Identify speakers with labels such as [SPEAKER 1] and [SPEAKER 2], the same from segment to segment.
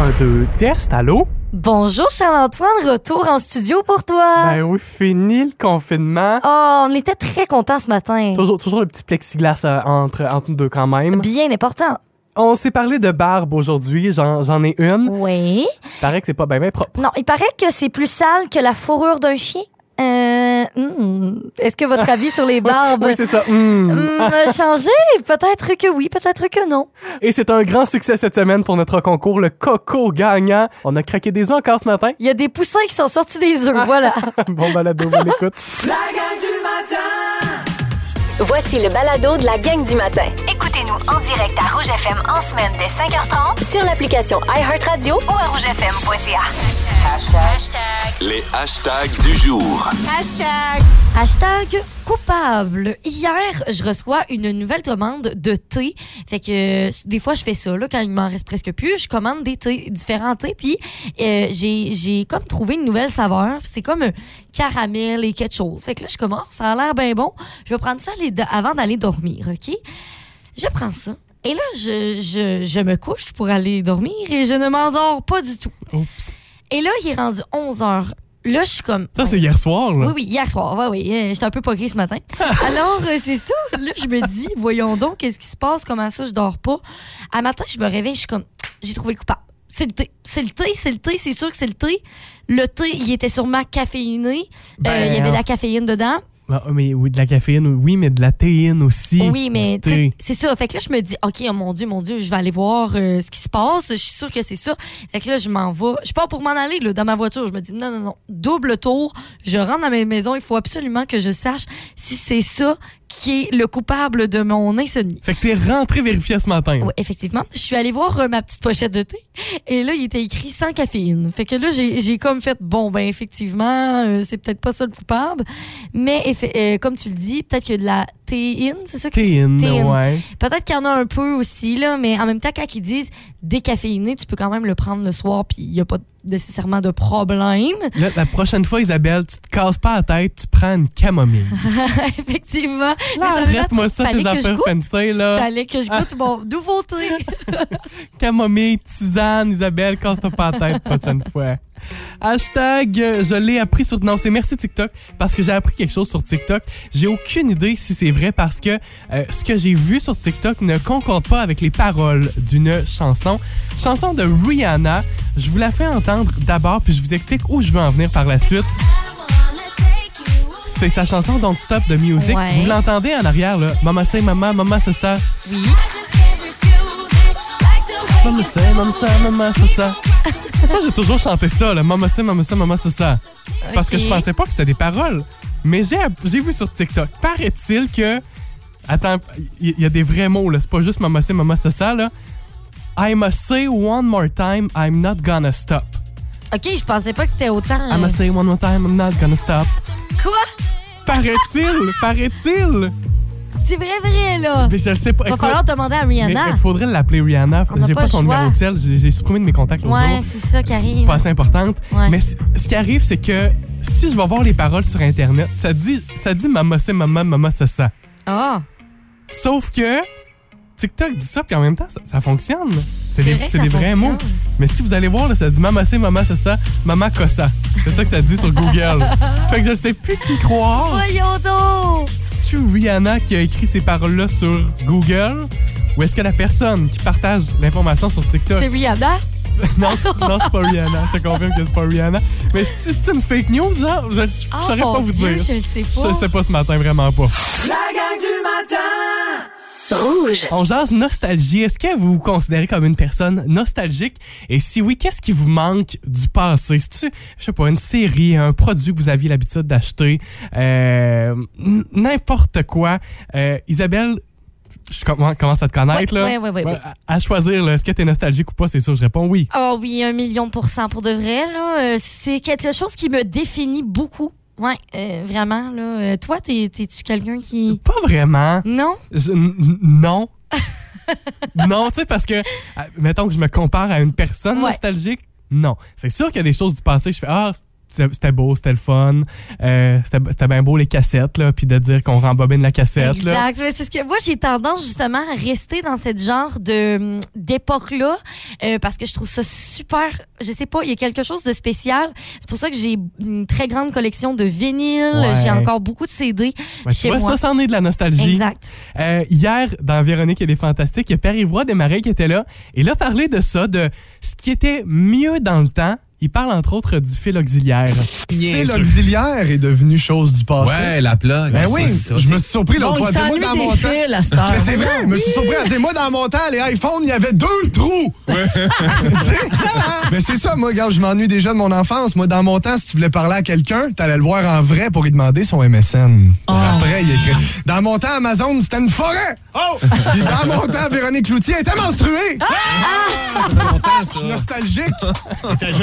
[SPEAKER 1] un, deux, test, allô?
[SPEAKER 2] Bonjour Charles-Antoine, retour en studio pour toi.
[SPEAKER 1] Ben oui, fini le confinement.
[SPEAKER 2] Oh, on était très contents ce matin.
[SPEAKER 1] Toujours, toujours le petit plexiglas euh, entre, entre nous deux quand même.
[SPEAKER 2] Bien important.
[SPEAKER 1] On s'est parlé de barbe aujourd'hui, j'en j'en ai une.
[SPEAKER 2] Oui.
[SPEAKER 1] Paraît que c'est pas bien bien propre.
[SPEAKER 2] Non, il paraît que c'est plus sale que la fourrure d'un chien. Euh, hmm, Est-ce que votre avis sur les barbes
[SPEAKER 1] Oui, c'est ça. Hmm.
[SPEAKER 2] hmm, a changé? Peut-être que oui, peut-être que non.
[SPEAKER 1] Et c'est un grand succès cette semaine pour notre concours, le Coco gagnant. On a craqué des œufs encore ce matin.
[SPEAKER 2] Il y a des poussins qui sont sortis des œufs, voilà.
[SPEAKER 1] bon balado, on écoute.
[SPEAKER 3] La gang du matin
[SPEAKER 4] Voici le balado de la gang du matin
[SPEAKER 5] Écoutez-nous en direct à Rouge FM en semaine dès 5h30
[SPEAKER 4] sur l'application iHeartRadio.
[SPEAKER 5] ou à rougefm.ca.
[SPEAKER 6] Les hashtags du jour.
[SPEAKER 2] Hashtag coupable. Hier, je reçois une nouvelle commande de thé. Fait que euh, des fois, je fais ça. Là, quand il m'en reste presque plus, je commande des thés, différents thés. Puis euh, j'ai j'ai comme trouvé une nouvelle saveur. Puis C'est comme un caramel et quelque chose. Fait que là, je commence. ça a l'air bien bon. Je vais prendre ça les- avant d'aller dormir, OK? Je prends ça. Et là, je, je, je me couche pour aller dormir et je ne m'endors pas du tout.
[SPEAKER 1] Oups.
[SPEAKER 2] Et là, il est rendu 11 heures. Là, je suis comme...
[SPEAKER 1] Ça, c'est hier soir, là.
[SPEAKER 2] Oui, oui, hier soir. Oui, oui. euh, J'étais un peu poquée ce matin. Alors, euh, c'est ça. Là, je me dis, voyons donc, qu'est-ce qui se passe? Comment ça, je dors pas? À matin, je me réveille, je suis comme, j'ai trouvé le coupable. C'est le thé. C'est le thé, c'est le thé, c'est sûr que c'est le thé. Le thé, il était sûrement caféiné. Euh,
[SPEAKER 1] Ben,
[SPEAKER 2] il y avait de
[SPEAKER 1] en-
[SPEAKER 2] la caféine dedans.
[SPEAKER 1] Ah, mais oui, de la caféine, oui, mais de la théine aussi.
[SPEAKER 2] Oui,
[SPEAKER 1] Du
[SPEAKER 2] mais tu sais,
[SPEAKER 1] thé.
[SPEAKER 2] c'est ça. Fait que là, je me dis, OK, oh mon Dieu, mon Dieu, je vais aller voir euh, ce qui se passe. Je suis sûre que c'est ça. Fait que là, je m'en vais. Je pars pour m'en aller là, dans ma voiture. Je me dis, non, non, non, double tour. Je rentre dans ma maison. Il faut absolument que je sache si c'est ça qui est le coupable de mon insomnie.
[SPEAKER 1] Fait que t'es rentré vérifier ce matin.
[SPEAKER 2] Ouais, effectivement. Je suis allée voir euh, ma petite pochette de thé et là, il était écrit sans caféine. Fait que là, j'ai j'ai comme fait, bon, ben effectivement, euh, c'est peut-être pas ça le coupable, mais effe- euh, comme tu le dis, peut-être que de la théine, c'est ça que
[SPEAKER 1] Théine, ouais.
[SPEAKER 2] Peut-être qu'il y en a un peu aussi, là, mais en même temps, quand ils disent décaféiné, tu peux quand même le prendre le soir, puis il n'y a pas nécessairement de problème.
[SPEAKER 1] Là, la prochaine fois, Isabelle, tu te casses pas la tête, tu prends une camomille.
[SPEAKER 2] Effectivement.
[SPEAKER 1] Là,
[SPEAKER 2] Mais en même temps,
[SPEAKER 1] arrête-moi ça,
[SPEAKER 2] fallait
[SPEAKER 1] tes
[SPEAKER 2] que je
[SPEAKER 1] affaires Ah.
[SPEAKER 2] goûte.
[SPEAKER 1] fancy, là.
[SPEAKER 2] Fallait que je goûte mon nouveau thé.
[SPEAKER 1] Camomille, tisane, Isabelle, casse-toi pas la tête prochaine fois. Hashtag, euh, je l'ai appris sur... Non, c'est merci TikTok, parce que j'ai appris quelque chose sur TikTok. J'ai aucune idée si c'est vrai, parce que euh, ce que j'ai vu sur TikTok ne concorde pas avec les paroles d'une chanson. Chanson de Rihanna. Je vous la fais entendre d'abord, puis je vous explique où je veux en venir par la suite. C'est sa chanson Don't Stop de Music.
[SPEAKER 2] Ouais.
[SPEAKER 1] Vous l'entendez en arrière, là. Mama say, mama, mama, c'est ça.
[SPEAKER 2] Oui.
[SPEAKER 1] Mama say, mama say, mama, c'est ça. Moi, j'ai toujours chanté ça, là. Mama say, mama say, mama, c'est ça. Parce que
[SPEAKER 2] Ok.
[SPEAKER 1] je pensais pas que c'était des paroles. Mais j'ai, app- j'ai vu sur TikTok. Paraît-il que. Attends, il y, y a des vrais mots, là. C'est pas juste mama say, mama, c'est ça, là. I must say one more time, I'm not gonna stop.
[SPEAKER 2] OK, je pensais pas que c'était autant.
[SPEAKER 1] I
[SPEAKER 2] euh,
[SPEAKER 1] must say one more time, I'm not gonna stop.
[SPEAKER 2] Quoi?
[SPEAKER 1] Paraît-il, paraît-il.
[SPEAKER 2] C'est vrai, vrai, là.
[SPEAKER 1] Mais je le sais pas.
[SPEAKER 2] Va
[SPEAKER 1] Écoute,
[SPEAKER 2] falloir demander à
[SPEAKER 1] Mais euh,
[SPEAKER 2] Rihanna.
[SPEAKER 1] il faudrait l'appeler Rihanna.
[SPEAKER 2] On n'a
[SPEAKER 1] J'ai
[SPEAKER 2] pas
[SPEAKER 1] pas,
[SPEAKER 2] le
[SPEAKER 1] son
[SPEAKER 2] choix.
[SPEAKER 1] numéro de celle. J'ai j'ai supprimé de mes contacts l'autre
[SPEAKER 2] Ouais,
[SPEAKER 1] jour.
[SPEAKER 2] c'est ça qui
[SPEAKER 1] C'est
[SPEAKER 2] arrive.
[SPEAKER 1] Pas assez importante.
[SPEAKER 2] Ouais.
[SPEAKER 1] Mais c- ce qui arrive, c'est que si je vais voir les paroles sur Internet, ça dit, ça dit maman, c'est maman, maman, c'est ça.
[SPEAKER 2] Ah,
[SPEAKER 1] Sauf que TikTok dit ça, puis en même temps, ça, ça fonctionne. C'est
[SPEAKER 2] C'est
[SPEAKER 1] des,
[SPEAKER 2] vrai que
[SPEAKER 1] c'est
[SPEAKER 2] ça
[SPEAKER 1] des vrais
[SPEAKER 2] fonctionne.
[SPEAKER 1] mots. Mais si vous allez voir, là, ça dit maman, c'est maman, c'est ça, maman, cosa. C'est ça que ça dit sur Google. fait que je ne sais plus qui croire.
[SPEAKER 2] voyons donc.
[SPEAKER 1] C'est-tu Rihanna qui a écrit ces paroles-là sur Google? Ou est-ce que la personne qui partage l'information sur TikTok
[SPEAKER 2] C'est Rihanna?
[SPEAKER 1] non, c'est- non, c'est pas Rihanna. Je te confirme que c'est pas Rihanna. Mais si c'est une fake news, là, je, je
[SPEAKER 2] Oh,
[SPEAKER 1] saurais
[SPEAKER 2] mon
[SPEAKER 1] pas vous
[SPEAKER 2] Dieu,
[SPEAKER 1] dire.
[SPEAKER 2] je le sais pas.
[SPEAKER 1] Je sais pas ce matin, vraiment pas.
[SPEAKER 3] La gang du matin
[SPEAKER 4] Rouge.
[SPEAKER 1] On jase nostalgie. Est-ce que vous vous considérez comme une personne nostalgique? Et si oui, qu'est-ce qui vous manque du passé? C'est-tu, je sais pas, une série, un produit que vous aviez l'habitude d'acheter? Euh, n- n'importe quoi. Euh, Isabelle, je commen- commence à te connaître,
[SPEAKER 2] Ouais,
[SPEAKER 1] là.
[SPEAKER 2] ouais, ouais, ouais, ouais.
[SPEAKER 1] à, à choisir, là, est-ce que t'es nostalgique ou pas? C'est sûr, je réponds oui.
[SPEAKER 2] Oh oui, un million pour cent pour de vrai. Là, Euh, c'est quelque chose qui me définit beaucoup. Ouais, euh, vraiment. Là, Euh, toi, t'es- t'es-tu quelqu'un qui...
[SPEAKER 1] Pas vraiment.
[SPEAKER 2] Non?
[SPEAKER 1] Je- n- n- non. non, tu sais, parce que, euh, mettons que je me compare à une personne
[SPEAKER 2] Ouais.
[SPEAKER 1] nostalgique, non. C'est sûr qu'il y a des choses du passé, je fais, ah, c'était c'était beau, c'était le fun. Euh, c'était c'était bien beau les cassettes, là, puis de dire qu'on rembobine la cassette. là.
[SPEAKER 2] Exact. Mais c'est ce que moi j'ai tendance justement à rester dans cette genre de d'époque là parce que je trouve ça super. Je sais pas, il y a quelque chose de spécial. C'est pour ça que j'ai une très grande collection de vinyles.
[SPEAKER 1] Ouais.
[SPEAKER 2] J'ai encore beaucoup de CD
[SPEAKER 1] Ouais, tu
[SPEAKER 2] chez
[SPEAKER 1] vois,
[SPEAKER 2] moi.
[SPEAKER 1] ça, c'en est de la nostalgie.
[SPEAKER 2] exact.
[SPEAKER 1] Euh, hier, dans Véronique et les Fantastiques, il y a Pierre-Yvroy Desmarais qui était là. Et il a parlé de ça, de ce qui était mieux dans le temps. Il parle entre autres du fil auxiliaire.
[SPEAKER 7] Fil auxiliaire est devenu chose du passé.
[SPEAKER 8] Ouais, la plug.
[SPEAKER 7] Ben
[SPEAKER 8] c'est
[SPEAKER 7] oui,
[SPEAKER 8] ça.
[SPEAKER 7] je me suis surpris l'autre fois. à dire, moi, dans mon temps.
[SPEAKER 9] la star.
[SPEAKER 7] Mais c'est vrai, je me suis surpris à dire, moi, dans mon temps, les iPhones, il y avait deux trous. Tu sais? Mais c'est ça, moi, regarde, je m'ennuie déjà de mon enfance. Moi, dans mon temps, si tu voulais parler à quelqu'un, t'allais le voir en vrai pour lui demander son MSN. Pour Après, il écrit. Dans mon temps, Amazon, c'était une forêt. Oh! Ah. Puis dans mon temps, Véronique Cloutier était menstruée. Je suis nostalgique.
[SPEAKER 2] Oh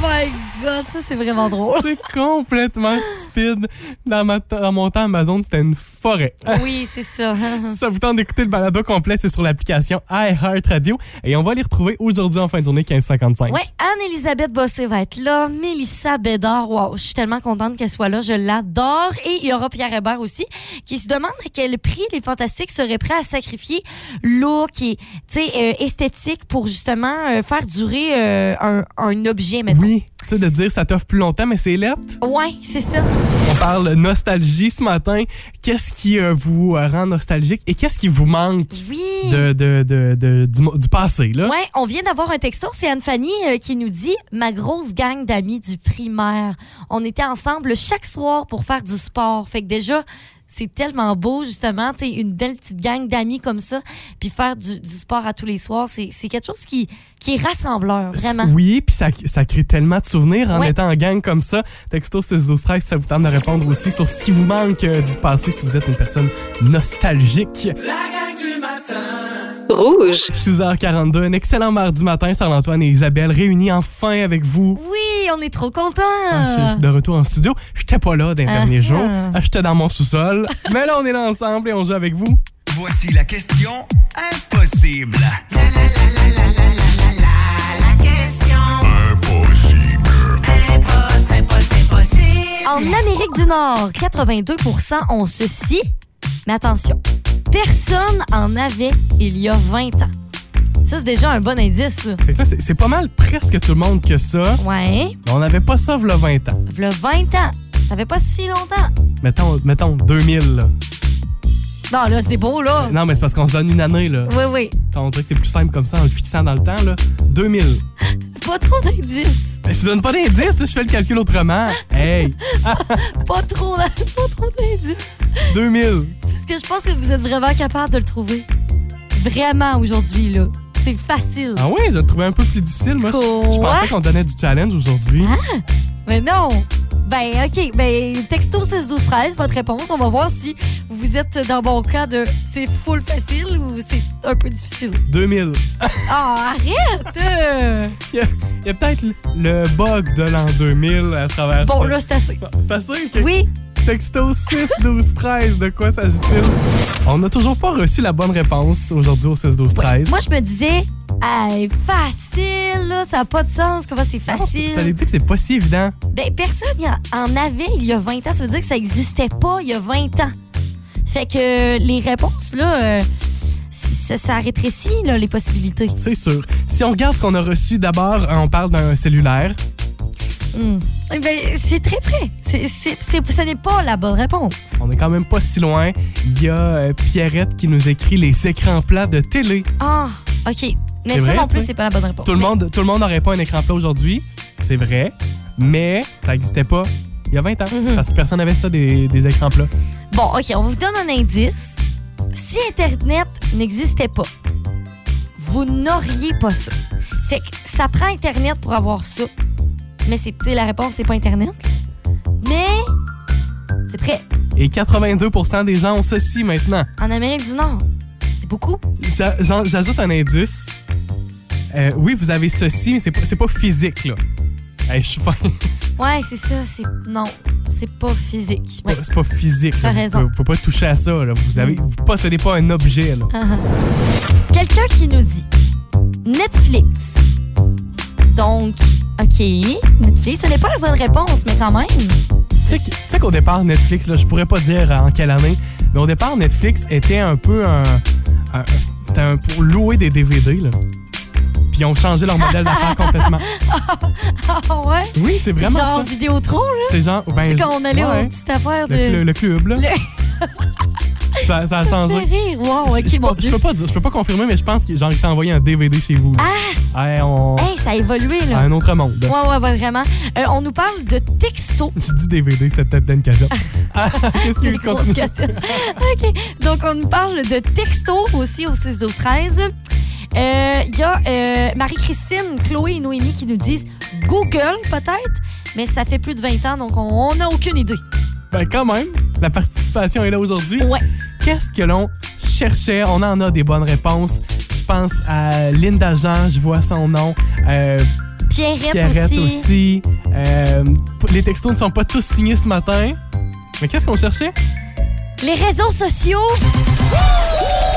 [SPEAKER 2] my god, ça c'est vraiment drôle.
[SPEAKER 1] C'est complètement stupide. Dans, ma- dans mon temps, Amazon, c'était une forêt.
[SPEAKER 2] Oui, c'est ça. hein.
[SPEAKER 1] Si ça vous tente d'écouter le balado complet, c'est sur l'application iHeartRadio. Et on va les retrouver aujourd'hui en fin de journée, 15h55.
[SPEAKER 2] Ouais, Anne-Elisabeth Bossé va être là. Mélissa Bédard, wow, je suis tellement contente qu'elle soit là, je l'adore. Et il y aura Pierre Hébert aussi, qui se demande à quel prix les Fantastiques seraient prêts à sacrifier look et tu sais, euh, esthétique pour justement euh, faire durer euh, un, un objet maintenant.
[SPEAKER 1] Oui, tu sais, de dire ça t'offre plus longtemps, mais c'est lettre.
[SPEAKER 2] Ouais, c'est ça.
[SPEAKER 1] On parle nostalgie ce matin. Qu'est-ce qui euh, vous euh, rend nostalgique et qu'est-ce qui vous manque
[SPEAKER 2] Oui.
[SPEAKER 1] de, de, de- de- du, mo- du passé, là?
[SPEAKER 2] Ouais, on vient d'avoir un texto, c'est Anne-Fanny euh, qui nous dit « Ma grosse gang d'amis du primaire, on était ensemble chaque soir pour faire du sport. » Fait que déjà, c'est tellement beau, justement, tu sais, une belle petite gang d'amis comme ça, puis faire du, du sport à tous les soirs, c'est c'est quelque chose qui, qui est rassembleur, vraiment.
[SPEAKER 1] Oui, puis ça, ça crée tellement de souvenirs en
[SPEAKER 2] Ouais.
[SPEAKER 1] étant en gang comme ça. Texto 612-13, ça vous tente de répondre aussi sur ce qui vous manque euh, du passé si vous êtes une personne nostalgique.
[SPEAKER 3] La gang du matin.
[SPEAKER 4] Rouge.
[SPEAKER 1] 6h42, un excellent mardi matin. Charles-Antoine et Isabelle réunis enfin avec vous.
[SPEAKER 2] Oui, on est trop contents!
[SPEAKER 1] Ah, Je suis de retour en studio. J'étais pas là
[SPEAKER 2] Ah.
[SPEAKER 1] d'un dernier jour. J'étais dans mon sous-sol. Mais là, on est là ensemble et on joue avec vous.
[SPEAKER 8] Voici la question impossible.
[SPEAKER 2] En Amérique du Nord, 82 ont ceci. Mais attention, personne en avait il y a 20 ans. Ça, c'est déjà un bon indice, là.
[SPEAKER 1] Fait que là, c'est- c'est pas mal presque tout le monde que ça.
[SPEAKER 2] Ouais,
[SPEAKER 1] Mais On n'avait pas ça v'là 20 ans.
[SPEAKER 2] v'là 20 ans. Ça fait pas si longtemps.
[SPEAKER 1] Mettons, mettons 2000. Là.
[SPEAKER 2] Non, là, c'est beau, là.
[SPEAKER 1] Non, mais c'est parce qu'on se donne une année. Là.
[SPEAKER 2] Oui, oui.
[SPEAKER 1] On dirait que c'est plus simple comme ça en le fixant dans le temps. Là. 2000.
[SPEAKER 2] Pas trop d'indices.
[SPEAKER 1] Mais je te donne pas d'indice, là, je fais le calcul autrement. Hey,
[SPEAKER 2] Pas trop, d'in- pas trop d'indices.
[SPEAKER 1] 2000.
[SPEAKER 2] Parce que je pense que vous êtes vraiment capable de le trouver. Vraiment, aujourd'hui, là. C'est facile.
[SPEAKER 1] Ah ouais, je le trouvais un peu plus difficile. Moi, je- je
[SPEAKER 2] Quoi? Hein?
[SPEAKER 1] pensais qu'on donnait du challenge aujourd'hui.
[SPEAKER 2] Mais non! Ben, OK. Ben, texto 61213, votre réponse. On va voir si vous êtes dans mon cas de c'est full facile ou c'est un peu difficile.
[SPEAKER 1] 2000.
[SPEAKER 2] Ah, arrête! euh!
[SPEAKER 1] Il y a, il y a peut-être le- le bug de l'an 2000 à travers
[SPEAKER 2] Bon,
[SPEAKER 1] ça.
[SPEAKER 2] là, c'est assez.
[SPEAKER 1] C'est assez? ok.
[SPEAKER 2] Oui,
[SPEAKER 1] Texto 6 12 13, de quoi s'agit-il? On n'a toujours pas reçu la bonne réponse aujourd'hui au 6 12 13.
[SPEAKER 2] moi, je me disais, hey, facile, là, ça n'a pas de sens. Comment Ah c'est
[SPEAKER 1] je t'avais
[SPEAKER 2] facile?
[SPEAKER 1] dit que c'est pas si évident.
[SPEAKER 2] Ben, personne y en- en avait il y a 20 ans. Ça veut dire que ça n'existait pas il y a 20 ans. Fait que euh, les réponses, là, euh, ça, ça rétrécit, là, les possibilités.
[SPEAKER 1] C'est sûr. Si on regarde ce qu'on a reçu d'abord, euh, on parle d'un cellulaire.
[SPEAKER 2] Hmm. Eh ben, c'est très près. C'est- c'est- c'est- ce n'est pas la bonne réponse.
[SPEAKER 1] On est quand même pas si loin. Il y a euh, Pierrette qui nous écrit les écrans plats de télé.
[SPEAKER 2] Ah, OK. Mais
[SPEAKER 1] C'est
[SPEAKER 2] ça
[SPEAKER 1] vrai,
[SPEAKER 2] non plus,
[SPEAKER 1] ça?
[SPEAKER 2] c'est pas la bonne réponse.
[SPEAKER 1] Tout le,
[SPEAKER 2] Mais-
[SPEAKER 1] monde, tout le monde n'aurait pas un écran plat aujourd'hui. C'est vrai. Mais ça n'existait pas il y a 20 ans.
[SPEAKER 2] Mhm.
[SPEAKER 1] Parce que personne n'avait ça des, des écrans plats.
[SPEAKER 2] Bon, OK, on vous donne un indice. Si Internet n'existait pas, vous n'auriez pas ça. Fait que ça prend Internet pour avoir ça. Mais c'est, tu sais, la réponse, c'est pas Internet. Mais c'est prêt.
[SPEAKER 1] Et 82 des gens ont ceci maintenant.
[SPEAKER 2] En Amérique du Nord, c'est beaucoup.
[SPEAKER 1] J'a- j'en- J'ajoute un indice. Euh, oui, vous avez ceci, mais c'est pas, c'est pas physique, là. Hey, je suis fin.
[SPEAKER 2] Ouais, c'est ça. C'est non, c'est pas physique. Ouais.
[SPEAKER 1] C'est pas physique.
[SPEAKER 2] T'as
[SPEAKER 1] là. Vous
[SPEAKER 2] raison.
[SPEAKER 1] pouvez- Vous pouvez pas toucher à ça. Là. Vous, avez, vous possédez pas un objet. Là.
[SPEAKER 2] Quelqu'un qui nous dit Netflix, Donc, OK, Netflix, ce n'est pas la bonne réponse, mais quand même.
[SPEAKER 1] Tu sais que- tu sais qu'au départ, Netflix, là, je pourrais pas dire euh, en quelle année, mais au départ, Netflix était un peu un. un- C'était un pour louer des DVD, là. Puis ils ont changé leur modèle d'affaires complètement.
[SPEAKER 2] Ah ouais?
[SPEAKER 1] Oui, c'est vraiment
[SPEAKER 2] Genre
[SPEAKER 1] ça.
[SPEAKER 2] vidéo trop, là.
[SPEAKER 1] C'est genre. Ben,
[SPEAKER 2] C'est quand on allait
[SPEAKER 1] ouais,
[SPEAKER 2] aux petites affaires de.
[SPEAKER 1] le, cl- le club, là. ça, ça a changé.
[SPEAKER 2] Fait rire. Wow,
[SPEAKER 1] Je- je,
[SPEAKER 2] Oh, OK, mon
[SPEAKER 1] peux- je
[SPEAKER 2] Dieu.
[SPEAKER 1] peux pas dire- je peux pas confirmer, mais je pense que genre ils t'ont envoyé un DVD chez vous. là. Ouais, on-
[SPEAKER 2] Ah! Hey, ça a évolué,
[SPEAKER 1] à
[SPEAKER 2] là.
[SPEAKER 1] un autre monde.
[SPEAKER 2] Ouais, ouais, ouais, vraiment. Euh, on nous parle de texto.
[SPEAKER 1] Je dis DVD, c'était peut-être Dan Cassette. Ah,
[SPEAKER 2] Des
[SPEAKER 1] Excuse,
[SPEAKER 2] grosses
[SPEAKER 1] continue.
[SPEAKER 2] cassettes. OK. Donc, on nous parle de texto aussi au 6 12 13. Euh, Il y a euh, Marie-Christine, Chloé et Noémie qui nous disent Google, peut-être, mais ça fait plus de 20 ans, donc on n'a aucune idée.
[SPEAKER 1] Ben quand même, la participation est là aujourd'hui.
[SPEAKER 2] Ouais.
[SPEAKER 1] Qu'est-ce que l'on cherchait? On en a des bonnes réponses. Je pense à Linda Jean, je vois son nom. Euh,
[SPEAKER 2] Pierrette,
[SPEAKER 1] Pierrette
[SPEAKER 2] aussi.
[SPEAKER 1] aussi. Euh, les textos ne sont pas tous signés ce matin. Mais qu'est-ce qu'on cherchait?
[SPEAKER 2] Les réseaux sociaux.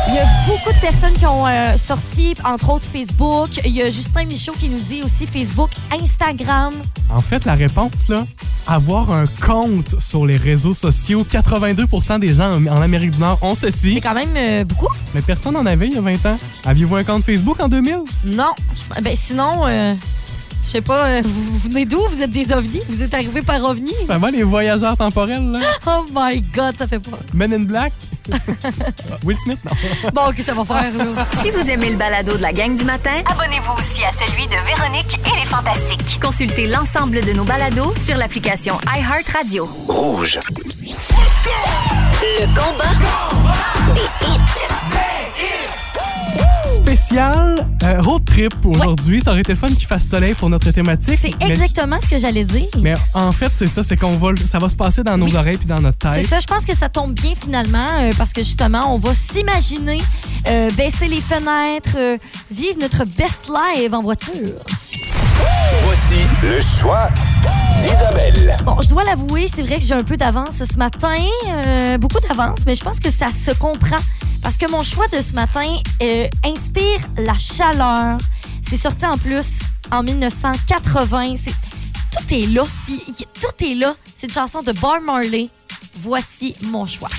[SPEAKER 2] Il y a beaucoup de personnes qui ont euh, sorti, entre autres Facebook. Il y a Justin Michaud qui nous dit aussi Facebook, Instagram.
[SPEAKER 1] En fait, la réponse, là, avoir un compte sur les réseaux sociaux. 82 des gens en en Amérique du Nord ont
[SPEAKER 2] C'est
[SPEAKER 1] ceci,
[SPEAKER 2] quand même euh, beaucoup.
[SPEAKER 1] mais personne n'en avait il y a 20 ans. Aviez-vous un compte Facebook en 2000?
[SPEAKER 2] Non. Je- ben, sinon, euh, je sais pas, euh, vous, vous venez d'où? Vous êtes des ovnis? Vous êtes arrivés par ovni?
[SPEAKER 1] Ça va, Ben, les voyageurs temporels, là?
[SPEAKER 2] Oh my God, ça fait pas.
[SPEAKER 1] Men in Black? Will Smith, non.
[SPEAKER 2] Bon, OK, ça va faire. là.
[SPEAKER 5] Si vous aimez le balado de la gang du matin, abonnez-vous aussi à celui de Véronique et les Fantastiques. Consultez l'ensemble de nos balados sur l'application iHeartRadio.
[SPEAKER 6] Rouge.
[SPEAKER 5] Le combat.
[SPEAKER 1] Spécial euh, road trip aujourd'hui. Ça aurait été le fun qu'il fasse soleil pour notre thématique.
[SPEAKER 2] C'est
[SPEAKER 1] mais-
[SPEAKER 2] exactement ce que j'allais dire.
[SPEAKER 1] Mais, en fait, c'est ça, c'est qu'on va, le- ça va se passer dans nos
[SPEAKER 2] Oui.
[SPEAKER 1] oreilles puis dans notre
[SPEAKER 2] C'est
[SPEAKER 1] tête.
[SPEAKER 2] ça, je pense que ça tombe bien finalement euh, parce que justement, on va s'imaginer euh, baisser les fenêtres, euh, vivre notre best live en voiture.
[SPEAKER 6] Voici le choix d'Isabelle.
[SPEAKER 2] Bon, je dois l'avouer, c'est vrai que j'ai un peu d'avance ce matin, euh, beaucoup d'avance, mais je pense que ça se comprend parce que mon choix de ce matin euh, inspire la chaleur. C'est sorti en plus en 1980. C'est- Tout est là. Il- il- Tout est là. C'est une chanson de Bob Marley. Voici mon choix.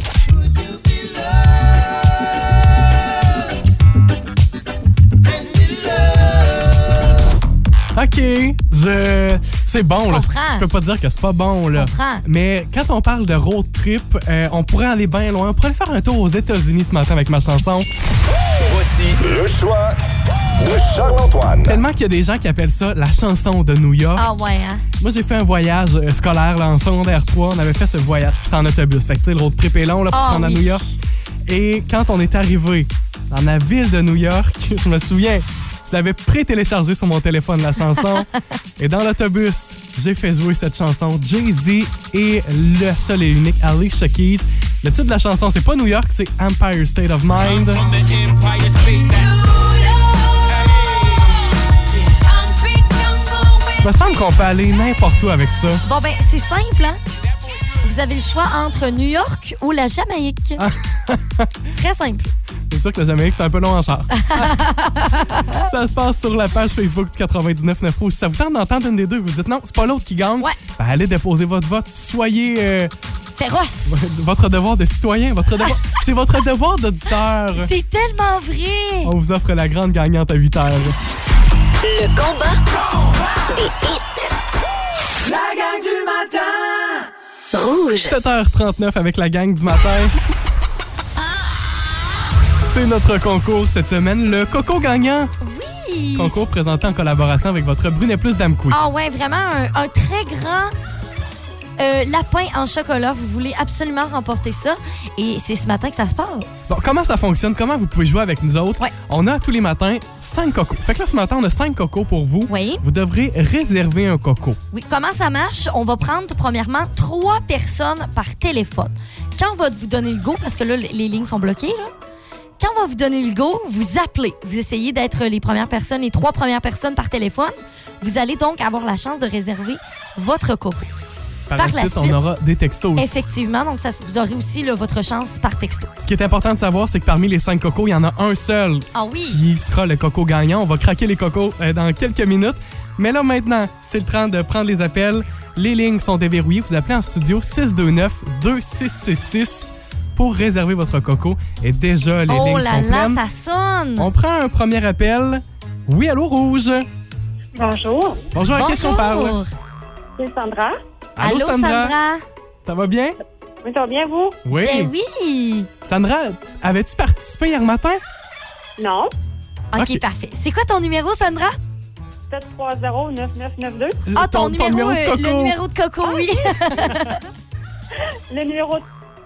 [SPEAKER 1] OK. Je... C'est bon,
[SPEAKER 2] Je
[SPEAKER 1] là.
[SPEAKER 2] comprends.
[SPEAKER 1] Je peux pas dire que c'est pas bon,
[SPEAKER 2] Je
[SPEAKER 1] là.
[SPEAKER 2] comprends.
[SPEAKER 1] Mais quand on parle de road trip, euh, on pourrait aller bien loin. On pourrait faire un tour aux États-Unis ce matin avec ma chanson.
[SPEAKER 6] Voici le choix de Charles-Antoine.
[SPEAKER 1] Tellement qu'il y a des gens qui appellent ça la chanson de New York.
[SPEAKER 2] Ah ouais, hein?
[SPEAKER 1] Moi, j'ai fait un voyage euh, scolaire là, en secondaire 3. On avait fait ce voyage, puis c'était en autobus. Fait que, tu sais, le road trip est long là, pour
[SPEAKER 2] Ah
[SPEAKER 1] se rendre
[SPEAKER 2] oui.
[SPEAKER 1] à New York. Et quand on est arrivé dans la ville de New York, je me souviens, je l'avais pré-téléchargé sur mon téléphone, la chanson. et dans l'autobus, j'ai fait jouer cette chanson. Jay-Z et le seul et unique Alicia Keys. Le titre de la chanson, c'est pas New York, c'est Empire State of Mind. Il me semble qu'on peut aller n'importe où avec ça.
[SPEAKER 2] Bon, ben, c'est simple, hein? Vous avez le choix entre New York ou la Jamaïque. Très simple.
[SPEAKER 1] C'est sûr que le Jamaïque, c'est un peu long en char. ça se passe sur la page Facebook du 99.9 Rouge. Si ça vous tente d'entendre une des deux, vous dites non, c'est pas l'autre qui gagne.
[SPEAKER 2] Ouais.
[SPEAKER 1] Ben, allez déposer votre vote. Soyez euh,
[SPEAKER 2] Féroce.
[SPEAKER 1] votre devoir de citoyen. Votre devoir... c'est votre devoir d'auditeur.
[SPEAKER 2] C'est tellement vrai.
[SPEAKER 1] On vous offre la grande gagnante à 8 heures.
[SPEAKER 3] La gang du matin
[SPEAKER 1] 7h39 avec la gang du matin. C'est notre concours cette semaine, le Coco gagnant.
[SPEAKER 2] Oui.
[SPEAKER 1] Concours présenté en collaboration avec votre Brunet Plus Dame Couille.
[SPEAKER 2] Ah ouais, vraiment un, un très grand euh, lapin en chocolat. Vous voulez absolument remporter ça. Et c'est ce matin que ça se passe.
[SPEAKER 1] Bon, comment ça fonctionne? Comment vous pouvez jouer avec nous autres?
[SPEAKER 2] Ouais.
[SPEAKER 1] On a tous les matins 5 cocos. Fait que là, ce matin, on a 5 cocos pour vous.
[SPEAKER 2] Oui.
[SPEAKER 1] Vous devrez réserver un coco.
[SPEAKER 2] Oui, comment ça marche? On va prendre premièrement trois personnes par téléphone. Quand on va vous donner le go, parce que là, les- les lignes sont bloquées, là. Quand on va vous donner le go, vous appelez. Vous essayez d'être les premières personnes, les trois premières personnes par téléphone. Vous allez donc avoir la chance de réserver votre coco.
[SPEAKER 1] Par,
[SPEAKER 2] Par
[SPEAKER 1] la
[SPEAKER 2] la
[SPEAKER 1] suite, on
[SPEAKER 2] suite.
[SPEAKER 1] aura des textos aussi.
[SPEAKER 2] Effectivement, donc ça, vous aurez aussi là, votre chance par texto.
[SPEAKER 1] Ce qui est important de savoir, c'est que parmi les cinq cocos, il y en a un seul
[SPEAKER 2] Ah oui!
[SPEAKER 1] qui sera le coco gagnant. On va craquer les cocos euh, dans quelques minutes. Mais là, maintenant, c'est le temps de prendre les appels. Les lignes sont déverrouillées. Vous appelez en studio 629-2666 pour réserver votre coco. Et déjà, les
[SPEAKER 2] oh
[SPEAKER 1] lignes
[SPEAKER 2] là
[SPEAKER 1] sont
[SPEAKER 2] là,
[SPEAKER 1] pleines.
[SPEAKER 2] ça sonne!
[SPEAKER 1] On prend un premier appel. Oui, allô, Rouge.
[SPEAKER 9] Bonjour,
[SPEAKER 1] Bonjour, à qui est-ce qu'on parle?
[SPEAKER 2] Bonjour.
[SPEAKER 9] c'est Sandra.
[SPEAKER 2] Allô, Sandra?
[SPEAKER 1] Ça va bien?
[SPEAKER 9] Vous allez bien, vous?
[SPEAKER 1] Oui.
[SPEAKER 2] Ben oui!
[SPEAKER 1] Sandra, avais-tu participé hier matin?
[SPEAKER 9] Non.
[SPEAKER 1] Ok.
[SPEAKER 2] OK, parfait. C'est quoi ton numéro, Sandra?
[SPEAKER 9] 730-9992.
[SPEAKER 2] Ah, ton, numéro,
[SPEAKER 1] de
[SPEAKER 2] euh,
[SPEAKER 1] coco. Ah,
[SPEAKER 2] le numéro de coco, oui.
[SPEAKER 9] Le numéro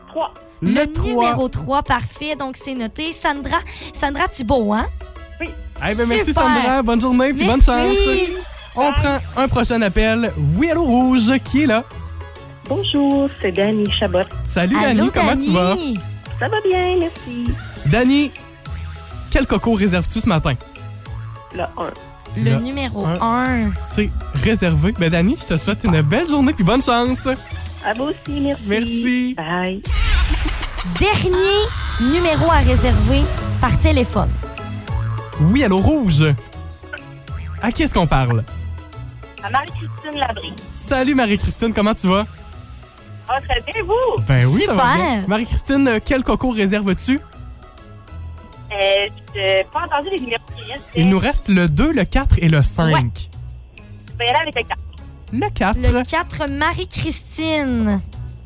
[SPEAKER 9] 3.
[SPEAKER 1] Le
[SPEAKER 2] Le,
[SPEAKER 1] 3.
[SPEAKER 2] numéro 3, parfait. Donc, c'est noté. Sandra, Sandra Thibault, hein?
[SPEAKER 1] Eh ben, merci
[SPEAKER 2] Super.
[SPEAKER 1] Sandra, bonne journée puis bonne chance.
[SPEAKER 2] Merci.
[SPEAKER 1] On prend un prochain appel. Oui, allô Rouge, qui est là?
[SPEAKER 9] Bonjour, c'est Dani Chabot.
[SPEAKER 1] Salut Dani,
[SPEAKER 2] Allô,
[SPEAKER 1] comment tu vas?
[SPEAKER 2] Dani.
[SPEAKER 9] Ça va bien, merci.
[SPEAKER 1] Dani, quel coco réserves-tu ce matin?
[SPEAKER 9] Le 1.
[SPEAKER 2] Le,
[SPEAKER 1] Le
[SPEAKER 2] numéro
[SPEAKER 1] un.
[SPEAKER 2] 1.
[SPEAKER 1] C'est réservé. Ben Dani, je te souhaite une belle journée puis bonne chance.
[SPEAKER 9] À vous aussi,
[SPEAKER 1] Merci.
[SPEAKER 9] merci. Bye.
[SPEAKER 2] Dernier numéro à réserver par téléphone.
[SPEAKER 1] Oui, allô Rouge. À qui est-ce qu'on parle?
[SPEAKER 9] À Marie-Christine Labrie.
[SPEAKER 1] Salut Marie-Christine, comment tu vas?
[SPEAKER 9] Ah, très bien, vous?
[SPEAKER 1] Ben oui, ça va
[SPEAKER 2] Super.
[SPEAKER 1] bien. Marie-Christine, euh, quel coco réserves-tu?
[SPEAKER 9] Euh, je pas entendu les numéros qui viennent.
[SPEAKER 1] Il nous reste le 2, le 4 et le 5.
[SPEAKER 2] Ouais.
[SPEAKER 9] Je vais y aller avec le 4.
[SPEAKER 1] Le 4.
[SPEAKER 2] Le 4, Marie-Christine.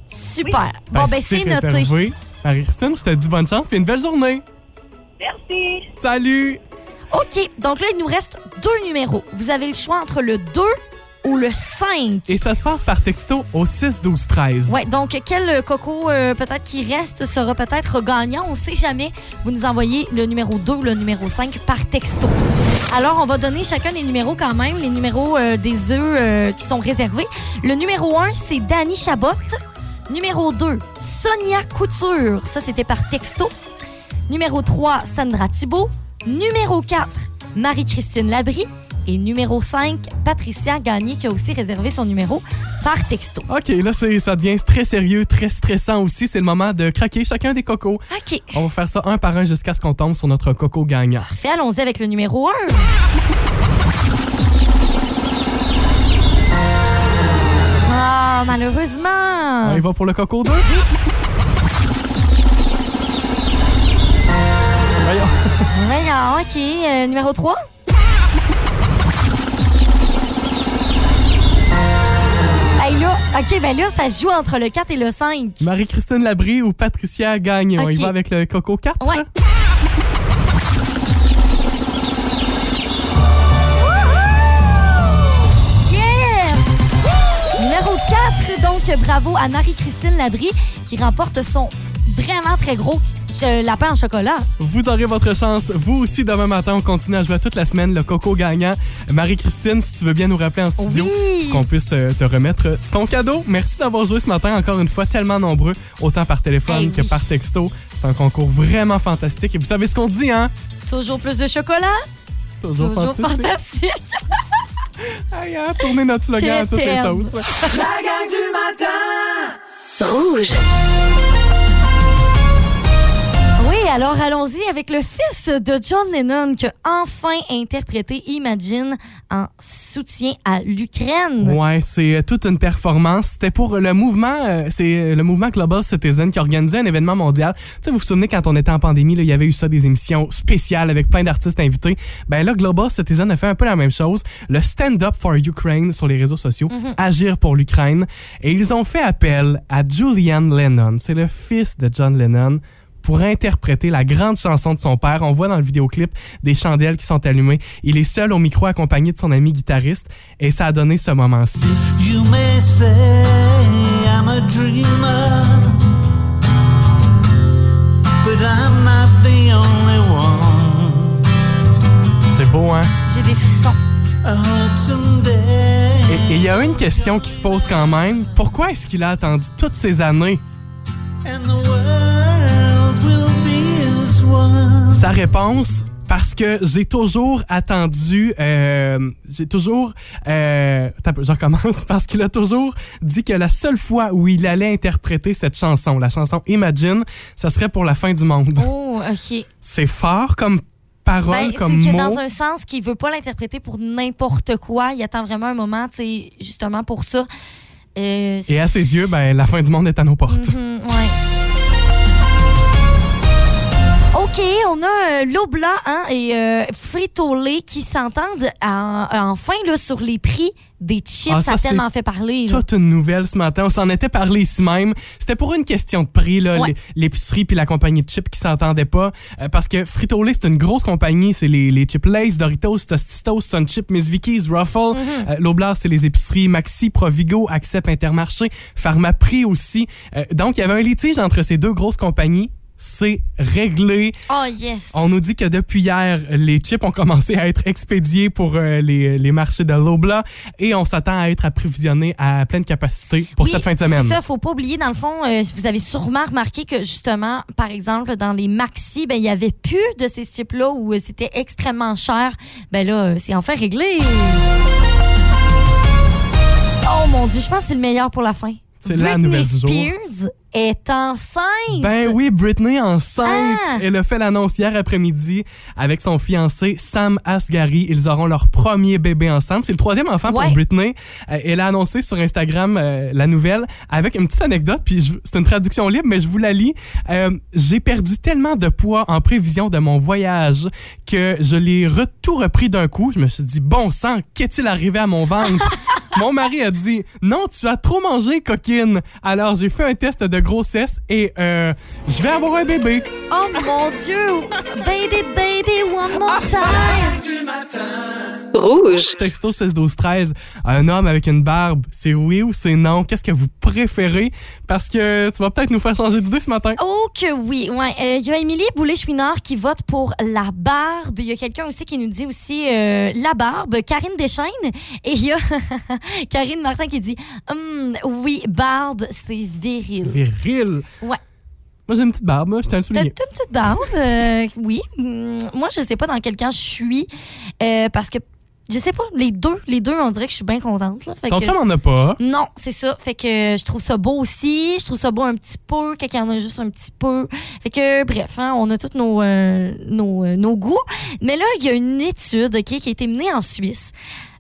[SPEAKER 2] Super. Bon, ben, c'est noté.
[SPEAKER 1] réservé. Marie-Christine, je te dis bonne chance puis une belle journée.
[SPEAKER 9] Merci.
[SPEAKER 1] Salut!
[SPEAKER 2] OK, donc là, il nous reste deux numéros. Vous avez le choix entre le 2 ou le 5.
[SPEAKER 1] Et ça se passe par texto au 6-12-13.
[SPEAKER 2] Ouais, donc quel euh, coco euh, peut-être qui reste sera peut-être gagnant, on sait jamais. Vous nous envoyez le numéro 2 ou le numéro 5 par texto. Alors, on va donner chacun des numéros quand même, les numéros euh, des œufs euh, qui sont réservés. Le numéro 1, c'est Dani Chabot. Numéro 2, Sonia Couture. Ça, c'était par texto. Numéro 3, Sandra Thibault. Numéro 4, Marie-Christine Labrie. Et numéro 5, Patricia Gagné, qui a aussi réservé son numéro par texto.
[SPEAKER 1] OK, là, c'est- ça devient très sérieux, très stressant aussi. C'est le moment de craquer chacun des cocos.
[SPEAKER 2] OK.
[SPEAKER 1] On va faire ça un par un jusqu'à ce qu'on tombe sur notre coco gagnant.
[SPEAKER 2] Parfait, allons-y avec le numéro 1. Ah, malheureusement.
[SPEAKER 1] On y va pour le coco 2? Voyons.
[SPEAKER 2] Voyons, OK. euh, numéro 3. Hey, là, OK, ben là, ça joue entre le 4 et le 5.
[SPEAKER 1] Marie-Christine Labrie ou Patricia Gagne. On y
[SPEAKER 2] OK.
[SPEAKER 1] va avec le coco 4?
[SPEAKER 2] Ouais. Yeah! Numéro 4, donc bravo à Marie-Christine Labrie qui remporte son vraiment très gros euh, lapin en chocolat.
[SPEAKER 1] Vous aurez votre chance. Vous aussi, demain matin, on continue à jouer toute la semaine le coco gagnant. Marie-Christine, si tu veux bien nous rappeler en studio
[SPEAKER 2] Oui!
[SPEAKER 1] qu'on puisse euh, te remettre ton cadeau. Merci d'avoir joué ce matin, encore une fois, tellement nombreux, autant par téléphone
[SPEAKER 2] Eh
[SPEAKER 1] que
[SPEAKER 2] oui.
[SPEAKER 1] par texto. C'est un concours vraiment fantastique. Et vous savez ce qu'on dit, hein?
[SPEAKER 2] Toujours plus de chocolat, toujours, fantastique.
[SPEAKER 1] Aïe, hein, tournez notre slogan à toutes les
[SPEAKER 2] Qu'éterne.
[SPEAKER 1] sauces.
[SPEAKER 3] La gang du matin!
[SPEAKER 4] Rouge.
[SPEAKER 2] Oui, alors allons-y avec le fils de John Lennon qui a enfin interprété Imagine en soutien à l'Ukraine.
[SPEAKER 1] Ouais, c'est euh, toute une performance. C'était pour le mouvement, euh, c'est euh, le mouvement Global Citizen qui organisait un événement mondial. Tu sais, vous vous souvenez quand on était en pandémie, là, il y avait eu ça des émissions spéciales avec plein d'artistes invités. Ben là, Global Citizen a fait un peu la même chose. Le Stand Up for Ukraine sur les réseaux sociaux, agir pour l'Ukraine, et ils ont fait appel à Julian Lennon. C'est le fils de John Lennon pour interpréter la grande chanson de son père. On voit dans le vidéoclip des chandelles qui sont allumées. Il est seul au micro accompagné de son ami guitariste et ça a donné ce moment-ci.
[SPEAKER 10] You may say I'm a dreamer, but I'm not the only one.
[SPEAKER 1] C'est beau, hein?
[SPEAKER 2] J'ai des frissons.
[SPEAKER 10] I hope someday
[SPEAKER 1] Et- Et il y a une question qui se pose quand même. Pourquoi est-ce qu'il a attendu toutes ces années?
[SPEAKER 10] and the world will be as one.
[SPEAKER 1] Sa réponse, Parce que j'ai toujours attendu, euh, j'ai toujours, euh, attends un peu, je recommence, parce qu'il a toujours dit que la seule fois où il allait interpréter cette chanson, la chanson Imagine, ça serait pour la fin du monde.
[SPEAKER 2] Oh, OK.
[SPEAKER 1] C'est fort comme parole,
[SPEAKER 2] Ben,
[SPEAKER 1] comme
[SPEAKER 2] c'est que
[SPEAKER 1] mot.
[SPEAKER 2] dans un sens qu'il veut pas l'interpréter pour n'importe quoi. Il attend vraiment un moment, tu sais, justement pour ça. Euh,
[SPEAKER 1] Et à ses yeux, ben, la fin du monde est à nos portes.
[SPEAKER 2] Mhm, ouais. OK, on a euh, l'eau blanc hein, et euh, Frito-Lay qui s'entendent en- enfin là, sur les prix des chips.
[SPEAKER 1] Ah,
[SPEAKER 2] ça,
[SPEAKER 1] ça,
[SPEAKER 2] a tellement
[SPEAKER 1] c'est
[SPEAKER 2] fait parler. là.
[SPEAKER 1] Toute une nouvelle ce matin. On s'en était parlé ici même. C'était pour une question de prix, là,
[SPEAKER 2] Ouais.
[SPEAKER 1] les- l'épicerie puis la compagnie de chips qui s'entendaient pas. Euh, parce que Frito-Lay, c'est une grosse compagnie. C'est les, les chips Lays, Doritos, Tostitos, Sun Chip, Miss Vicky's, Ruffle.
[SPEAKER 2] Mhm.
[SPEAKER 1] Euh, L'Oblast, c'est les épiceries Maxi, Provigo, Accept, Intermarché, Pharmaprix aussi. Euh, donc, il y avait un litige entre ces deux grosses compagnies. C'est réglé.
[SPEAKER 2] Oh yes.
[SPEAKER 1] On nous dit que depuis hier, les chips ont commencé à être expédiés pour euh, les, les marchés de l'Obla et on s'attend à être approvisionnés à pleine capacité pour
[SPEAKER 2] Oui,
[SPEAKER 1] cette fin de semaine.
[SPEAKER 2] C'est ça, faut pas oublier, dans le fond, euh, vous avez sûrement remarqué que justement, par exemple, dans les maxi, ben, il y avait plus de ces types-là où euh, c'était extrêmement cher. Ben là, euh, c'est enfin réglé. Oh mon Dieu, je pense que c'est le meilleur pour la fin.
[SPEAKER 1] C'est la
[SPEAKER 2] Britney
[SPEAKER 1] nouvelle du jour.
[SPEAKER 2] Spears est enceinte.
[SPEAKER 1] Ben oui, Britney enceinte.
[SPEAKER 2] Ah!
[SPEAKER 1] Elle a fait l'annonce hier après-midi avec son fiancé Sam Asghari. Ils auront leur premier bébé ensemble. C'est le troisième enfant
[SPEAKER 2] Ouais.
[SPEAKER 1] pour Britney. Euh, Elle a annoncé sur Instagram euh, la nouvelle avec une petite anecdote. Puis je- c'est une traduction libre, mais je vous la lis. Euh, J'ai perdu tellement de poids en prévision de mon voyage que je l'ai re- tout repris d'un coup. Je me suis dit bon sang, qu'est-il arrivé à mon ventre Mon mari a dit non, tu as trop mangé, coquine. Alors j'ai fait un test de grossesse et euh, je vais avoir un bébé.
[SPEAKER 2] Oh mon Dieu. baby, baby, one
[SPEAKER 1] Ah!
[SPEAKER 2] more time.
[SPEAKER 1] Rouge. Texto 16 12 13. Un homme avec une barbe, c'est oui ou c'est non Qu'est-ce que vous préférez Parce que tu vas peut-être nous faire changer d'idée ce matin.
[SPEAKER 2] Oh que oui, ouais. Euh, Il y a Émilie Boulay-Chouinard qui vote pour la barbe. Il y a quelqu'un aussi qui nous dit aussi euh, la barbe. Karine Deschaines. Et il y a Karine Martin qui dit Hum, oui, barbe, c'est viril.
[SPEAKER 1] Viril.
[SPEAKER 2] Ouais.
[SPEAKER 1] Moi j'ai une petite barbe, moi, je tiens à le
[SPEAKER 2] T'as t'as une
[SPEAKER 1] souligner.
[SPEAKER 2] petite barbe, euh, oui. Hum, Moi, je sais pas dans quel camp je suis euh, parce que je sais pas, les deux, les deux, on dirait que je suis bien contente. Là, Fait
[SPEAKER 1] Ton
[SPEAKER 2] que-
[SPEAKER 1] chum en a pas.
[SPEAKER 2] Non, c'est ça. Fait que euh, je trouve ça beau aussi. Je trouve ça beau un petit peu, quand il y en a juste un petit peu. Fait que, euh, bref, hein, on a tous nos, euh, nos, euh, nos goûts. Mais là, il y a une étude ok, qui a été menée en Suisse.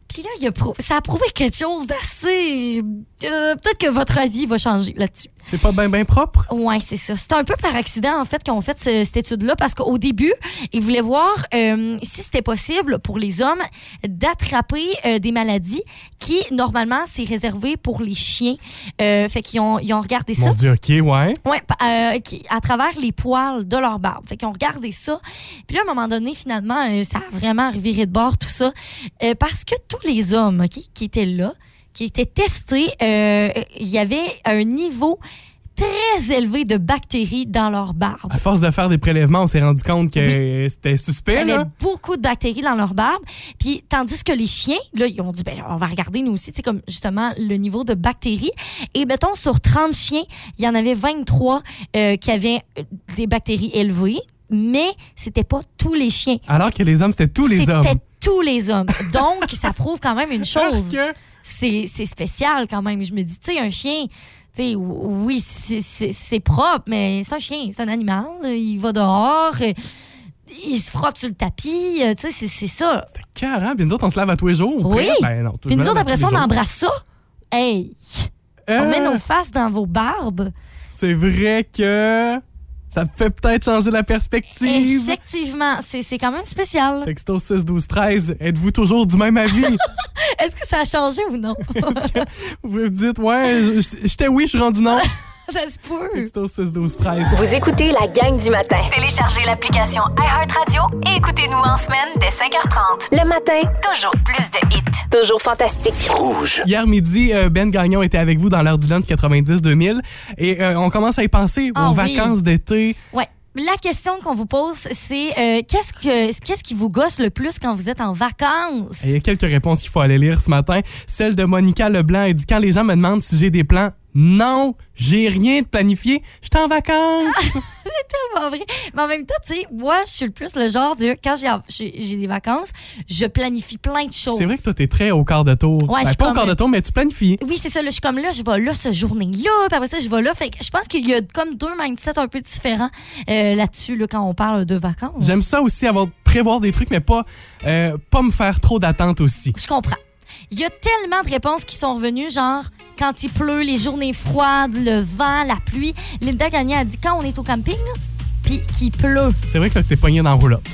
[SPEAKER 2] Puis là, il y a prou- ça a prouvé quelque chose d'assez... euh, Peut-être que votre avis va changer là-dessus.
[SPEAKER 1] C'est pas bien bien propre.
[SPEAKER 2] Ouais, c'est ça. C'est un peu par accident, en fait, qu'on fait ce- cette étude-là, parce qu'au début, ils voulaient voir euh, si c'était possible pour les hommes d'attraper euh, des maladies qui, normalement, c'est réservé pour les chiens. Euh, fait qu'ils ont, ils ont regardé
[SPEAKER 1] Mon
[SPEAKER 2] ça.
[SPEAKER 1] Dieu, ok, ouais.
[SPEAKER 2] Ouais, pa- euh, qui- à travers les poils de leur barbe. Fait qu'ils ont regardé ça. Puis là, à un moment donné, finalement, euh, ça a vraiment reviré de bord tout ça. Euh, parce que tous les hommes ok, qui étaient là, qui étaient testés, euh, il y avait un niveau très élevé de bactéries dans leur barbe.
[SPEAKER 1] À force de faire des prélèvements, on s'est rendu compte que c'était
[SPEAKER 2] Il y
[SPEAKER 1] suspect.
[SPEAKER 2] avait
[SPEAKER 1] Eh Là.
[SPEAKER 2] beaucoup de bactéries dans leur barbe. Puis, tandis que les chiens, là, ils ont dit, ben, on va regarder nous aussi, tu sais, comme justement le niveau de bactéries. Et mettons, sur 30 chiens, il y en avait 23 euh, qui avaient euh, des bactéries élevées, mais c'était pas tous les chiens.
[SPEAKER 1] Alors que les hommes, c'était tous les hommes. Ah,
[SPEAKER 2] C'était tous les hommes. Donc, ça prouve quand même une
[SPEAKER 1] Parce
[SPEAKER 2] chose.
[SPEAKER 1] que-
[SPEAKER 2] C'est c'est spécial quand même. Je me dis, tu sais, un chien, tu sais, ou- oui, c'est- c'est c'est propre, mais c'est un chien, c'est un animal. Il va dehors, euh, il se frotte sur le tapis, euh, tu sais, c'est- c'est ça.
[SPEAKER 1] Car, hein? Puis nous autres, on se lave à tous les jours. ou
[SPEAKER 2] Oui.
[SPEAKER 1] presque. Ben, non, tout-
[SPEAKER 2] Puis nous
[SPEAKER 1] ben,
[SPEAKER 2] autres,
[SPEAKER 1] à
[SPEAKER 2] après
[SPEAKER 1] tous
[SPEAKER 2] ça,
[SPEAKER 1] les
[SPEAKER 2] on
[SPEAKER 1] jours.
[SPEAKER 2] embrasse ça. Hey! On
[SPEAKER 1] Euh.
[SPEAKER 2] met nos faces dans vos barbes.
[SPEAKER 1] C'est vrai que ça peut peut-être changer la perspective.
[SPEAKER 2] Effectivement, c'est c'est quand même spécial.
[SPEAKER 1] Texto 6 12 13 êtes-vous toujours du même avis?
[SPEAKER 2] Est-ce que ça a changé ou non?
[SPEAKER 1] Vous me dites, ouais, j- j'étais oui, je suis rendu non.
[SPEAKER 2] ça se peut.
[SPEAKER 1] Texto 6 12 13
[SPEAKER 4] Vous écoutez la gang du matin.
[SPEAKER 5] Téléchargez l'application iHeartRadio et écoutez-nous en semaine dès 5h30.
[SPEAKER 4] Le matin,
[SPEAKER 5] Toujours plus de hits.
[SPEAKER 4] toujours fantastique. Rouge.
[SPEAKER 1] Hier midi, euh, Ben Gagnon était avec vous dans l'heure du lunch 90-2000 et euh, on commence à y penser
[SPEAKER 2] Ah
[SPEAKER 1] aux
[SPEAKER 2] oui.
[SPEAKER 1] vacances d'été.
[SPEAKER 2] Ouais. La question qu'on vous pose, c'est euh, qu'est-ce que qu'est-ce qui vous gosse le plus quand vous êtes en vacances?
[SPEAKER 1] Et Il y a quelques réponses qu'il faut aller lire ce matin. Celle de Monica Leblanc, elle dit Quand les gens me demandent si j'ai des plans, Non, j'ai rien de planifié, je suis en
[SPEAKER 2] Ah.
[SPEAKER 1] vacances.
[SPEAKER 2] tellement vrai. Mais en même temps, tu sais, moi, je suis le plus le genre de quand j'ai- j'ai j'ai des vacances, je planifie plein de choses.
[SPEAKER 1] C'est vrai que toi, t'es très au quart de tour.
[SPEAKER 2] Ouais, je
[SPEAKER 1] Ben,
[SPEAKER 2] suis
[SPEAKER 1] pas au
[SPEAKER 2] comme-
[SPEAKER 1] quart de tour, mais tu planifies.
[SPEAKER 2] Oui, c'est ça. là, je suis comme là, je vais là cette journée-là, puis après ça, je vais là. Fait que je pense qu'il y a comme deux mindsets un peu différents euh, là-dessus, là, quand on parle de vacances.
[SPEAKER 1] J'aime ça aussi, avoir prévoir des trucs, mais pas, euh, pas me faire trop d'attentes aussi.
[SPEAKER 2] Je comprends. Il y a tellement de réponses qui sont revenues, genre quand il pleut, les journées froides, le vent, la pluie. Linda Gagné a dit quand on est au camping, là, puis qu'il pleut.
[SPEAKER 1] C'est vrai que là, t'es pogné dans la roulotte.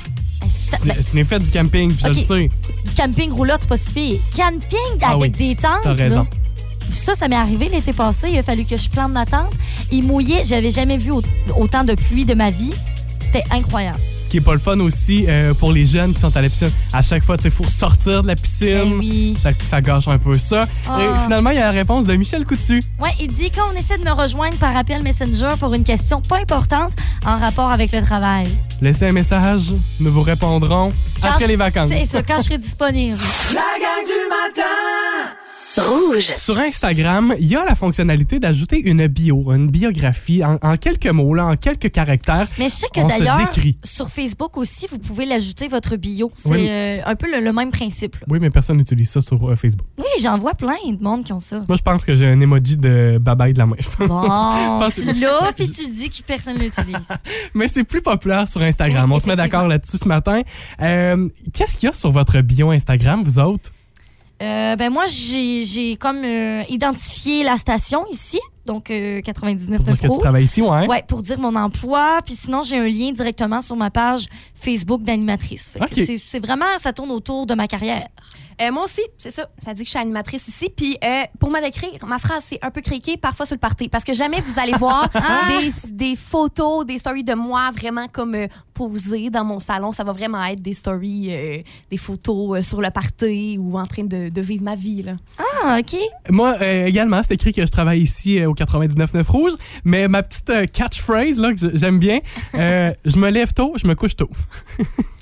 [SPEAKER 2] Ben,
[SPEAKER 1] Tu n'es fait du camping, puis
[SPEAKER 2] Ok.
[SPEAKER 1] je le sais.
[SPEAKER 2] Camping roulotte, c'est pas si pire. Camping avec
[SPEAKER 1] Ah oui,
[SPEAKER 2] des tentes.
[SPEAKER 1] T'as raison.
[SPEAKER 2] là. Ça, ça m'est arrivé l'été passé. Il a fallu que je plante ma tente. Il mouillait. J'avais jamais vu au- autant de pluie de ma vie. C'était incroyable.
[SPEAKER 1] Ce qui est pas le fun aussi euh, pour les jeunes qui sont à la piscine. À chaque fois, tu sais, faut sortir de la piscine.
[SPEAKER 2] Ben oui.
[SPEAKER 1] ça, ça gâche un peu ça.
[SPEAKER 2] Ah.
[SPEAKER 1] Et finalement, il y a la réponse de Michel Coutu.
[SPEAKER 2] Ouais, il dit quand on essaie de me rejoindre par appel Messenger pour une question pas importante en rapport avec le travail.
[SPEAKER 1] Laissez un message, nous vous répondrons
[SPEAKER 2] Quand
[SPEAKER 1] après
[SPEAKER 2] je-
[SPEAKER 1] les vacances.
[SPEAKER 2] C'est ça, quand je serai disponible.
[SPEAKER 3] La gang du matin!
[SPEAKER 4] Rouge.
[SPEAKER 1] Sur Instagram, il y a la fonctionnalité d'ajouter une bio, une biographie, en, en quelques mots, là, en quelques caractères.
[SPEAKER 2] Mais je sais que
[SPEAKER 1] On se
[SPEAKER 2] d'ailleurs,
[SPEAKER 1] décrit.
[SPEAKER 2] sur Facebook aussi, vous pouvez l'ajouter votre bio. C'est
[SPEAKER 1] Oui.
[SPEAKER 2] euh, un peu le, le même principe. là.
[SPEAKER 1] Oui, mais personne n'utilise ça sur euh, Facebook.
[SPEAKER 2] Oui, j'en vois plein de monde qui ont ça.
[SPEAKER 1] Moi, je pense que j'ai un emoji de babaye de la main.
[SPEAKER 2] Bon,
[SPEAKER 1] Parce-
[SPEAKER 2] tu l'as, puis tu dis que personne l'utilise.
[SPEAKER 1] mais c'est plus populaire sur Instagram.
[SPEAKER 2] Oui,
[SPEAKER 1] On se met
[SPEAKER 2] effectivement.
[SPEAKER 1] d'accord là-dessus ce matin. Euh, Qu'est-ce qu'il y a sur votre bio Instagram, vous autres?
[SPEAKER 2] Euh, ben moi, j'ai j'ai comme euh, identifié la station ici, donc euh,
[SPEAKER 1] Pour
[SPEAKER 2] 99
[SPEAKER 1] dire que tu
[SPEAKER 2] euros.
[SPEAKER 1] travailles ici, ouais.
[SPEAKER 2] Ouais, pour dire mon emploi. Puis sinon, j'ai un lien directement sur ma page Facebook d'animatrice. Fait que
[SPEAKER 1] Ok.
[SPEAKER 2] c'est- C'est vraiment, ça tourne autour de ma carrière.
[SPEAKER 11] Euh, moi aussi, c'est ça. Ça dit que je suis animatrice ici. Puis euh, pour me décrire, ma phrase, c'est un peu criquée, parfois sur le party. Parce que jamais vous allez voir des, des photos, des stories de moi vraiment comme euh, posée dans mon salon. Ça va vraiment être des stories, euh, des photos euh, sur le party ou en train de, de vivre ma vie. Là.
[SPEAKER 2] Ah, OK.
[SPEAKER 1] Moi euh, également, c'est écrit que je travaille ici euh, au 99.9 Rouge, mais ma petite euh, catchphrase là, que je- j'aime bien, euh, je me lève tôt, je me couche tôt.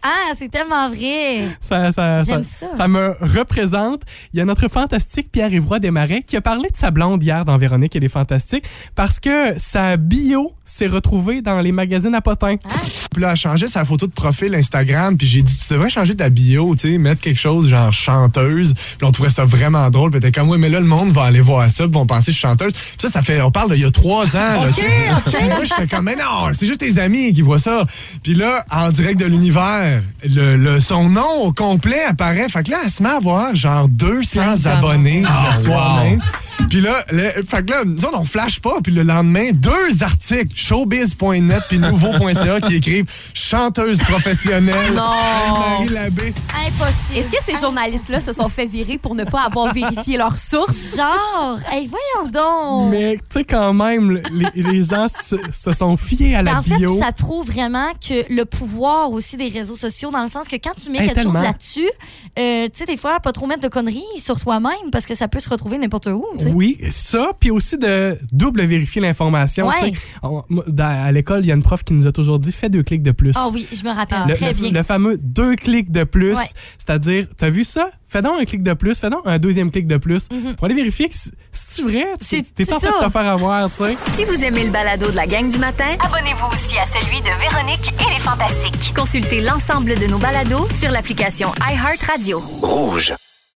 [SPEAKER 2] Ah, c'est tellement vrai.
[SPEAKER 1] Ça, ça,
[SPEAKER 2] J'aime ça.
[SPEAKER 1] me représente. Il y a notre fantastique Pierre-Yvroy Desmarais qui a parlé de sa blonde hier dans Véronique, elle est fantastique, parce que sa bio s'est retrouvée dans les magazines à potins.
[SPEAKER 7] Puis là, elle changeait sa photo de profil Instagram. Puis j'ai dit, tu devrais changer ta bio, tu sais, mettre quelque chose genre chanteuse. Puis on trouvait ça vraiment drôle. Puis t'es comme, ouais, mais là, le monde va aller voir ça. Puis vont penser que je suis chanteuse. Puis ça, ça fait, on parle d'il y a trois ans. Là, tu sais. Puis moi, je fais comme, mais non, c'est juste tes amis qui voient ça. Puis là, en direct de l'univers, le, le- son nom au complet apparaît. Fait que là, elle se met à avoir genre 200 abonnés le soir même. Puis là, le- fait que là, nous autres, on flash pas. Puis le lendemain, deux articles, showbiz.net puis nouveau.ca qui écrivent chanteuse professionnelle. Marie Labbé.
[SPEAKER 2] Impossible.
[SPEAKER 11] Est-ce que ces journalistes-là se sont fait virer pour ne pas avoir vérifié leurs sources?
[SPEAKER 2] Genre, hey, voyons donc.
[SPEAKER 1] Mais tu sais, quand même, le- les, les gens se, se sont fiés à
[SPEAKER 2] Ben,
[SPEAKER 1] la
[SPEAKER 2] en fait,
[SPEAKER 1] bio.
[SPEAKER 2] ça prouve vraiment que le pouvoir aussi des réseaux sociaux, dans le sens que quand tu mets
[SPEAKER 1] Hey,
[SPEAKER 2] quelque
[SPEAKER 1] tellement.
[SPEAKER 2] chose là-dessus, euh, tu sais, des fois, pas trop mettre de conneries sur toi-même parce que ça peut se retrouver n'importe où. tu sais.
[SPEAKER 1] Oui, ça, puis aussi de double vérifier l'information.
[SPEAKER 2] Ouais.
[SPEAKER 1] tu sais. On- moi, dans- à l'école, il y a une prof qui nous a toujours dit fais deux clics de plus.
[SPEAKER 2] Ah oui, je me rappelle
[SPEAKER 1] le,
[SPEAKER 2] très
[SPEAKER 1] le-
[SPEAKER 2] bien.
[SPEAKER 1] le fameux deux clics de plus,
[SPEAKER 2] Ouais.
[SPEAKER 1] c'est-à-dire, t'as vu ça? Fais donc un clic de plus, fais donc un deuxième clic de plus pour aller vérifier que c- c'est-tu vrai? T'es-
[SPEAKER 2] Mhm. C'est-
[SPEAKER 1] T'es en
[SPEAKER 2] c'est
[SPEAKER 1] train de
[SPEAKER 2] ça.
[SPEAKER 1] te faire avoir, tu sais.
[SPEAKER 5] Si vous aimez le balado de la gang du matin, abonnez-vous aussi à celui de Véronique et les Fantastiques. Consultez l'ensemble de nos balados sur l'application iHeartRadio.
[SPEAKER 6] Rouge.